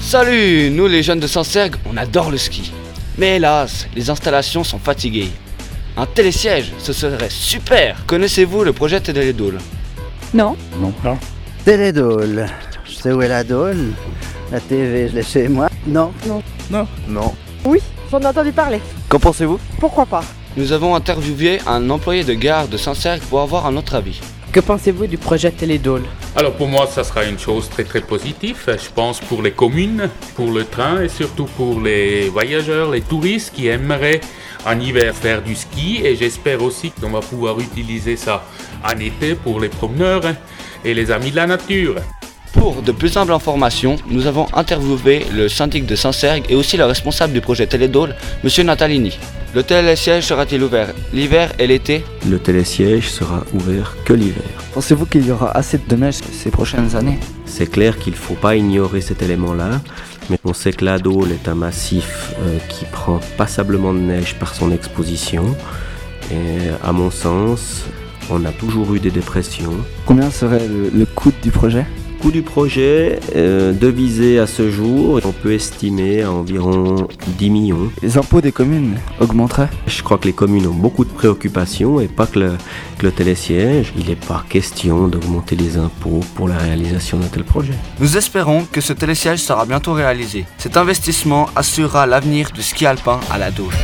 Salut, nous les jeunes de Sancergue, on adore le ski. Mais hélas, les installations sont fatiguées. Un télésiège, ce serait super Connaissez-vous le projet Télédoule Non Non. Non. Télédole. Je sais où est la dole. La TV, je l'ai chez moi. Non. Non. Non. Oui, j'en ai entendu parler. Qu'en pensez-vous Pourquoi pas Nous avons interviewé un employé de gare de Sancergue pour avoir un autre avis. Que pensez-vous du projet Télédole Alors pour moi, ça sera une chose très très positive, je pense pour les communes, pour le train et surtout pour les voyageurs, les touristes qui aimeraient en hiver faire du ski et j'espère aussi qu'on va pouvoir utiliser ça en été pour les promeneurs et les amis de la nature. Pour de plus simples informations, nous avons interviewé le syndic de Saint-Sergue et aussi le responsable du projet Télédôle, M. Natalini. Le télésiège sera-t-il ouvert l'hiver et l'été Le télésiège sera ouvert que l'hiver. Pensez-vous qu'il y aura assez de neige ces prochaines années C'est clair qu'il ne faut pas ignorer cet élément-là, mais on sait que la Dôle est un massif euh, qui prend passablement de neige par son exposition. Et à mon sens, on a toujours eu des dépressions. Combien serait le, le coût du projet coût du projet euh, devisé à ce jour, on peut estimer à environ 10 millions. Les impôts des communes augmenteraient Je crois que les communes ont beaucoup de préoccupations et pas que le, que le télésiège. Il n'est pas question d'augmenter les impôts pour la réalisation d'un tel projet. Nous espérons que ce télésiège sera bientôt réalisé. Cet investissement assurera l'avenir du ski alpin à la Douche.